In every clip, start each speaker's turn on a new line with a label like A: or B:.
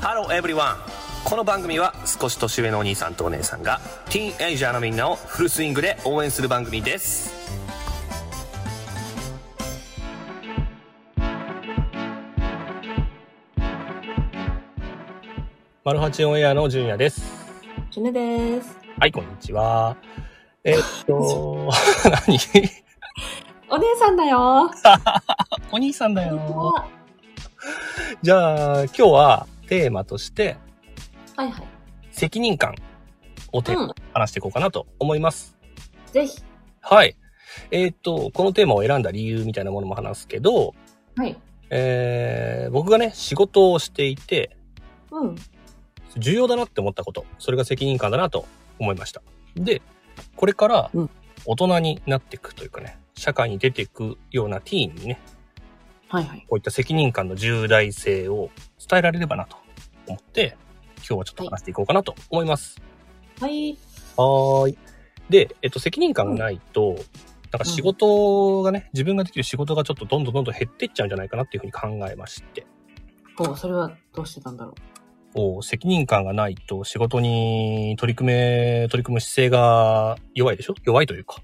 A: Hello everyone この番組は少し年上のお兄さんとお姉さんがティーンエイジャーのみんなをフルスイングで応援する番組です
B: マルハチオンエアの純也です。
C: きぬです。
B: はい、こんにちは。えーっ と、何
C: お姉さんだよ。
B: お兄さんだよ。
C: は
B: じゃあ、今日はテーマとして、
C: いはい。
B: 責任感をテーマ
C: うん
B: に。話していこうかなと思います。
C: ぜひ。
B: はい。えーっと、このテーマを選んだ理由みたいなものも話すけど、
C: はい。
B: えー僕がね、仕事をしていて、
C: うん。
B: 重要だなって思ったこと、それが責任感だなと思いました。で、これから
C: うん
B: 大人になっていくというかね、社会に出ていくようなティーンにね、
C: はいはい。
B: こういった責任感の重大性を伝えられればなと思って、今日はちょっと話していこうかなと思います。
C: はい。
B: はーい。で、えっと、責任感がないと、なんか仕事がね、自分ができる仕事がちょっとどんどんどんどん減っていっちゃうんじゃないかなっていうふうに考えまして、
C: おそれはどうしてたんだろ
B: こう責任感がないと仕事に取り組め、取り組む姿勢が弱いでしょ弱いというか。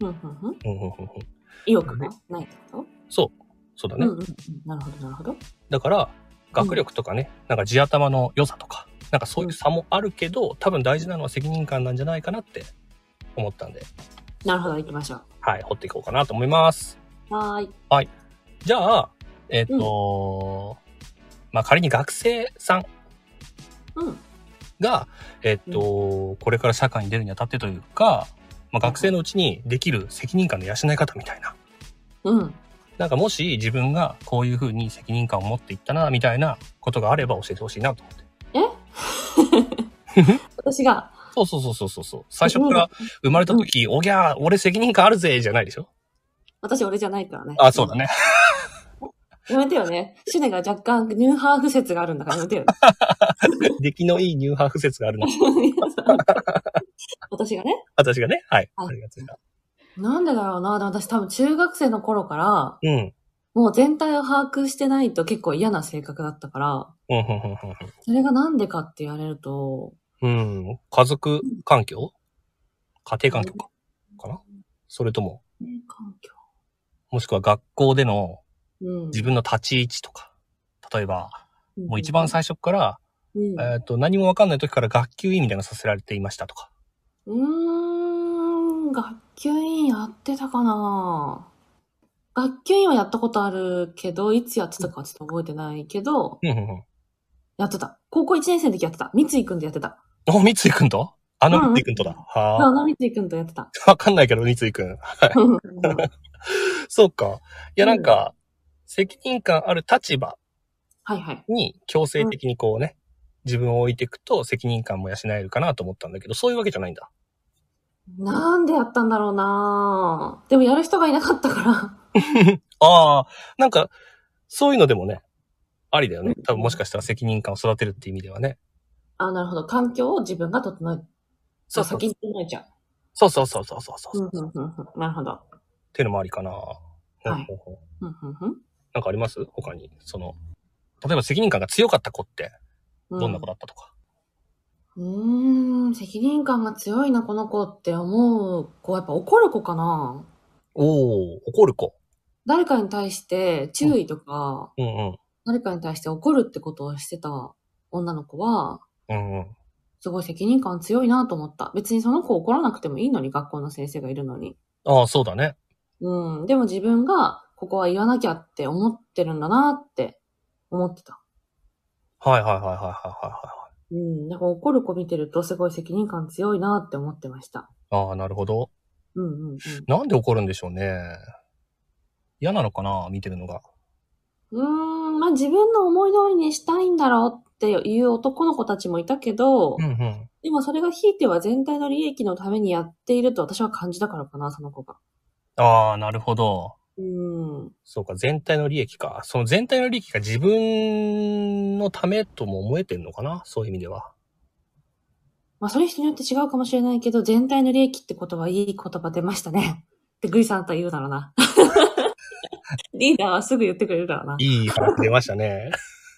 C: う。うんうんうん。
B: うんうんうんうん
C: 意欲がないってこと
B: そう。そうだ
C: うん
B: ね。
C: うんうん。なるほどなるほど。
B: だから、学力とかね、なんか地頭の良さとか、なんかそういう差もあるけど、多分大事なのは責任感なんじゃないかなって思ったんで、
C: なるほど、行きましょ
B: はい、掘っていこうかなと思います。
C: う。はーい。
B: じゃあ、えっ、と、まあ仮に学生さん
C: うん。
B: が、えっ、と、これから社会に出るにあたってというか、まあ、学生のうちにできる責任感の養い方みたいな。
C: うん。
B: なんかもし自分がこういうふうに責任感を持っていったな、みたいなことがあれば教えてほしいなと思って。
C: 私が。
B: そうそうそうそうそうそう。最初から生まれた時、おぎゃー、俺責任感あるぜ、じゃないでしょ
C: 私俺じゃないからね。
B: あ、そうだ。ね。
C: やめてよね。シュネが若干ニューハーフ説があるんだからやめてよ。
B: 出来のいいニューハーフ説があるの。
C: 私がね。
B: 私がね。はい。
C: はい
B: ありがとうござい
C: なんでだろうな。でも私多分中学生の頃から、
B: ます。
C: もう全体を把握してないと結構嫌な性格だったから、
B: うん。うん、うん、
C: それがなんでかって言われると、
B: うんうん。うん。家族環境家庭環境か。かなそれとも、
C: 環境。
B: もしくは学校での
C: うん。
B: 自分の立ち位置とか。例えば、
C: 分
B: もう一番最初から、
C: うん。
B: えっと、何もわかんない時から学級委員みたいなのさせられていましたとか。
C: うーん、学級委員やってたかな学級委員はやったことあるけど、いつやってたかはちょっと覚えてないけど、
B: うん、うん、うん。
C: やってた。高校1年生の時やってた。三井くんとやってた。
B: お、三井くんとあの三井くんと
C: う
B: だ
C: ん。あ
B: は
C: の三井くんとやってた。
B: あ。わかんないけど、三井くん。そうか。いや、
C: うん
B: なんか、責任感ある立場
C: はいはい。
B: に強制的にこうね、自分を置いていくと責任感も養えるかなと思ったんだけど、そういうわけじゃないんだ。
C: なんでやったんだろうなでもやる人がいなかったから。
B: ああ、なんか、そういうのでもね、ありだよね。多分もしかしたら責任感を育てるっていう意味ではね。
C: あ、なるほど。環境を自分が整え、
B: そうそう
C: 先に整えちゃ。
B: そうそうそうそうそうそうう、
C: うん
B: っ
C: うんうんうんなるほど。
B: ていうのもありかな。
C: はい
B: ほうほうほう
C: うんうん
B: なんかあります他に。その、例えば責任感が強かった子って、
C: うん
B: どんな子だったとか。
C: うーん、責任感が強いな、この子って思う子はやっぱ怒る子かな。
B: おお怒る子。
C: 誰かに対して注意とか、
B: うんうん。
C: 誰かに対して怒るってことをしてた女の子は、
B: うんうん。
C: すごい責任感強いなと思った。別にその子怒らなくてもいいのに、学校の先生がいるのに。
B: ああ、そうだね。
C: うん、でも自分がここは言わなきゃって思ってるんだなって思ってた。
B: はいはいはいはいはいはいはい。
C: うん、だから怒る子見てるとすごい責任感強いなって思ってました。
B: ああ、なるほど。
C: うんうんうん。
B: なんで怒るんでしょうね。嫌なのかな見てるのが。
C: うーん、まあ自分の思い通りにしたいんだろうっていう男の子たちもいたけど、
B: んうん。
C: でもそれがひいては全体の利益のためにやっていると私は感じたからかな、その子が。
B: ああ、なるほど。
C: うーん。
B: そうか、全体の利益か。その全体の利益が自分のためとも思えてんのかなそういう意味では。
C: まあそれ人によって違うかもしれないけど、全体の利益って言葉、いい言葉出ましたね。 ってグリさんとは言うだろう な。リーダーはすぐ言ってくれるだろうな。
B: いい話出ましたね。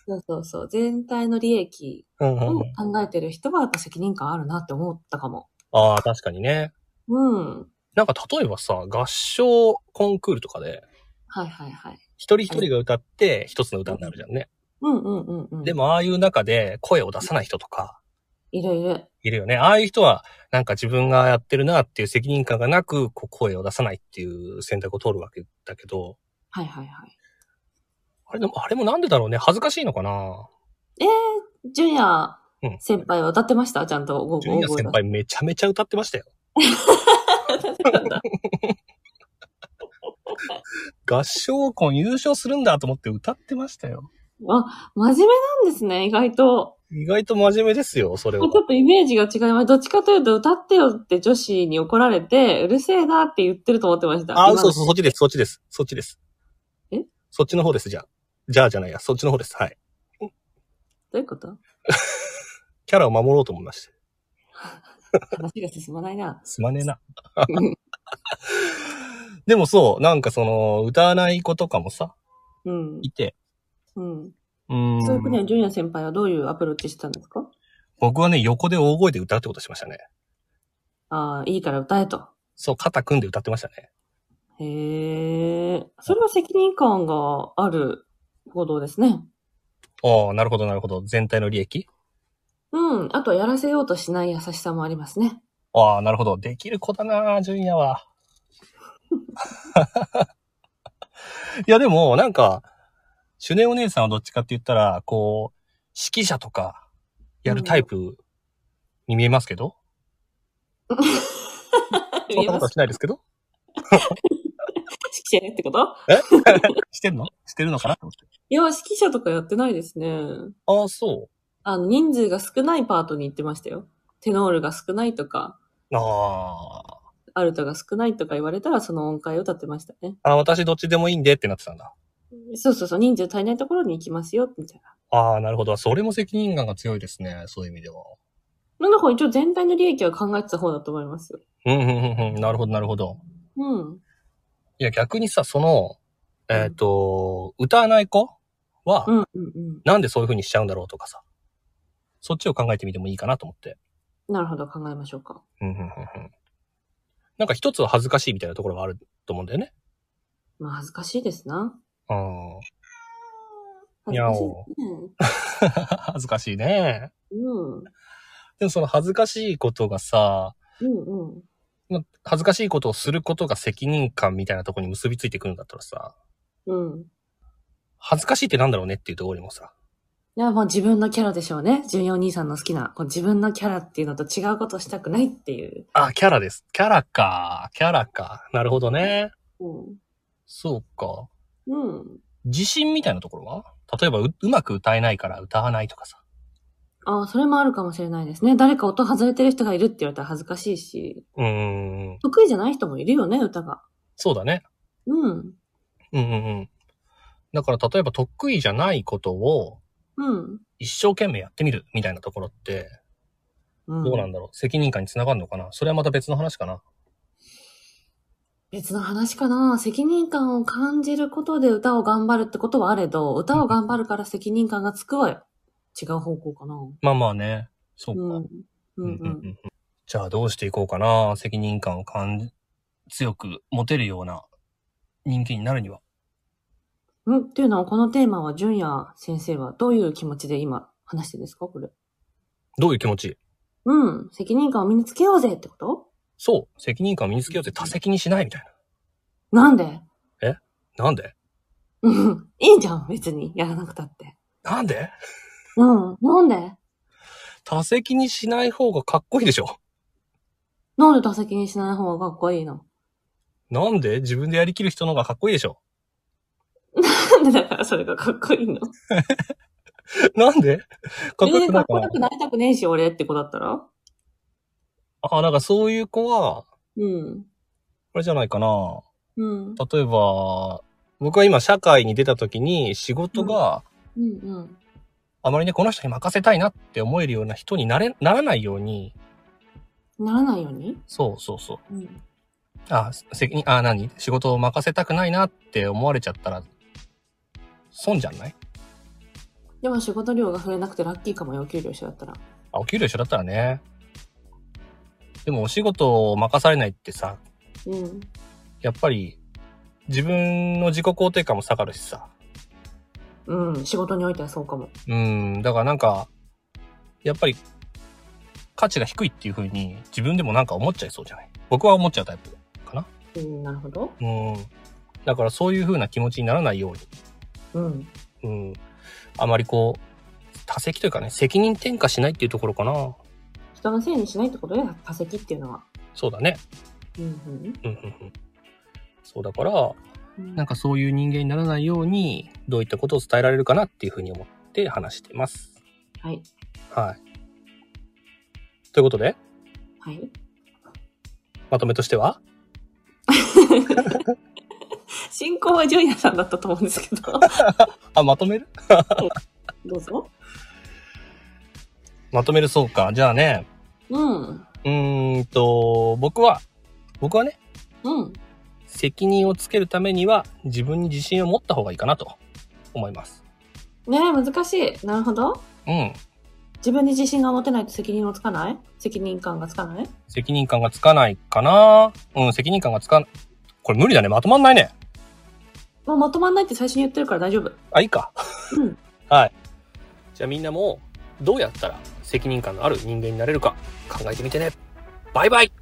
C: そうそうそう。全体の利益
B: うんうん
C: を
B: うん。
C: 考えてる人はやっぱ責任感あるなって思ったかも。
B: ああ、確かにね。
C: うん。
B: なんか例えばさ、合唱コンクールとかで、
C: はいはいはい。
B: 一人一人が歌って一つの歌になるじゃんね。
C: うんうんうんうん。
B: で、もああいう中で声を出さない人とか、
C: いるいる。
B: いるよね。ああいう人は、なんか自分がやってるなっていう責任感がなく、こう声を出さないっていう選択を取るわけだけど、
C: はいはいはい。
B: あれでも、あれもなんでだろうね。恥ずかしいのかな
C: えー、ジュニア
B: うん
C: 先輩は歌ってましたちゃんと。
B: ジュニア先輩めちゃめちゃ歌って ましたよ。合唱コン優勝するんだと思って歌ってましたよ。
C: あ、真面目なんですね、意外と。
B: 意外と真面目ですよ、それ
C: ち
B: は。
C: ょっとイメージが違います。どっちかというと、歌ってよって女子に怒られて、うるせえなって言ってると思ってました。
B: あ、
C: 今の
B: そうそう、そっちです、そっちです、そっちです。
C: え
B: そっちの方です、じゃあ。じゃあじゃないや、そっちの方です。はい。
C: どういうこと
B: キャラを守ろうと思いまして。
C: 話が進まないな。
B: すまね えな
C: うん。
B: でもそう、なんかその、歌わない子とかもさ、
C: うん。
B: いて、
C: うん。
B: う
C: そういうふうには、
B: ん。
C: ジュニア先輩はどういうアプローチしてたんですか
B: 僕はね、横で大声で歌うってことしましたね。
C: ああ、いいから歌えと。
B: そう、肩組んで歌ってましたね。
C: へえ。それは責任感がある行動ですね。
B: ああ、なるほど、なるほど。全体の利益
C: うん。あとはやらせようとしない優しさもありますね。
B: ああ、なるほど。できる子だな、ジュニアは。 いや、でも、なんか、シュネお姉さんはどっちかって言ったら、こう、指揮者とか、やるタイプに見えますけど、そんなことはしないですけど
C: 指揮者ねってこと
B: えしてんのしてるのかなと思って。
C: いや、指揮者とかやってないですね。
B: ああ、そ
C: あの、人数が少ないパートに行ってましたよ。テノールが少ないとか、
B: う。あ
C: アルトが少ないとか言われたら、その音階を歌ってましたね。
B: あ。あ私どっちでもいいんでってなってたんだ。
C: そうそうそう、人数足りないところに行きますよ、みたいな。
B: ああ、なるほど。それも責任感が強いですね。そういう意味では。
C: なんだか一応全体の利益は考えてた方だと思いますよ。
B: うん、うん、うん、うん。なるほど、なるほど。
C: うん。
B: いや、逆にさ、その、えっ、と、歌わない子は、
C: うん、うん、うん。
B: なんでそういう風にしちゃうんだろうとかさ、そっちを考えてみてもいいかなと思って。
C: なるほど、考えましょうか。
B: うんうんうんうんなんか一つは恥ずかしいみたいなところがあると思うんだよね。
C: まあ、恥ずかしいですな。
B: うん。
C: 恥ずかしいですね。
B: 恥ずかしいね。
C: うん。
B: でもその恥ずかしいことがさ、
C: うん、うん。
B: ま恥ずかしいことをすることが責任感みたいなところに結びついてくるんだったらさ、
C: うん。い
B: 恥ずかしいってなんだろうねっていうところにもさ、
C: や、もう自分のキャラでしょうね。純お兄さんの好きな、こう自分のキャラっていうのと違うことしたくないっていう。
B: あ、キャラです。キャラか。キャラか。なるほどね。
C: うん。
B: そうか。
C: うん。
B: 自信みたいなところは例えばう、うまく歌えないから歌わないとかさ。
C: ああ、それもあるかもしれないですね。誰か音外れてる人がいるって言われたら恥ずかしいし、
B: うーん。
C: 得意じゃない人もいるよね、歌が。
B: そうだね。
C: うん。
B: うんうんうん。だから、例えば得意じゃないことを
C: うん。
B: 一生懸命やってみるみたいなところって、
C: うん、
B: どうなんだろう、責任感につながるのかなそれはまた別の話かな
C: 別の話かな。責任感を感じることで歌を頑張るってことはあれど、歌を頑張るから責任感がつくわよ。違う方向かな。
B: まあまあね。そう
C: うん。う
B: か。
C: んう
B: うんうんうん
C: ん。
B: うんじゃあ、どうしていこうかな責任感を感じ、強く持てるような人気になるには。
C: うん。っていうのは、このテーマは、純也先生はどういう気持ちで今話してるんですかこれ。
B: どういう気持ち
C: うん。責任感を身につけようぜってこと
B: そう。責任感を身につけようって多責にしないみたい
C: なんで
B: な。なんで
C: うん。いいじゃん、別に。やらなくたって。
B: なんで
C: うん。なんで
B: 多責にしない方がかっこいいでしょ。
C: なんで多責にしない方がかっこいいの
B: なんで自分でやりきる人の方がかっこいいでしょ。
C: なんでだからそれがかっこいいの
B: なんでかっこよ
C: か
B: くな
C: っ
B: いか
C: こ
B: な
C: よくなりたくねえし、俺って子だったら
B: あ、なんかそういう子は、
C: うん。
B: あれじゃないかな。
C: うん。
B: 例えば、僕は今社会に出た時に仕事が、
C: うんうん。
B: あまりね、この人に任せたいなって思えるような人になれ、ならないように、
C: ならないように
B: そうそうそう。
C: うん。
B: あ、責任、あ、何仕事を任せたくないなって思われちゃったら、損じゃない
C: でも仕事量が増えなくてラッキーかもよ、お給料一緒だったら。
B: あ、お給料一緒だったらね。でもお仕事を任されないってさ、
C: うん。
B: やっぱり自分の自己肯定感も下がるしさ。
C: うん、仕事においてはそうかも。
B: うん、だからなんか、やっぱり価値が低いっていう風に自分でもなんか思っちゃいそうじゃない僕は思っちゃうタイプかな。
C: うん、なるほど。
B: うん。だからそういう風な気持ちにならないよ
C: うん。
B: うに、うん。あまりこう、多責というかね、責任転嫁しないっていうところかな。
C: 人のせいにしないってことで、化石っていうのは。
B: そうだね。
C: うん、
B: うんうんうん。そうだから、
C: うん。
B: なんかそういう人間にならないように、どういったことを伝えられるかなっていうふうに思って話してます。
C: はい。
B: はい。ということで、
C: はい。
B: まとめとしては
C: 進行はジュニアさんだったと思うんです けど。
B: あ、まとめる
C: どうぞ。
B: まとめるそうか。じゃあね、
C: うん。
B: うーんと、僕は、僕はね、
C: うん。
B: 責任をつけるためには自分に自信を持った方がいいかなと思います。
C: ねえ、難しい。なるほど。
B: うん。
C: 自分に自信が持てないと責任もつかない責任感がつかない
B: 責任感がつかないかなうん、責任感がつかなこれ無理だね。まとまんないね。
C: もうまとまんないって最初に言ってるから大丈夫。
B: あ、いいか。
C: うん。
B: はい。じゃあみんなも、どうやったら責任感のある人間になれるか考えてみてね。バイバイ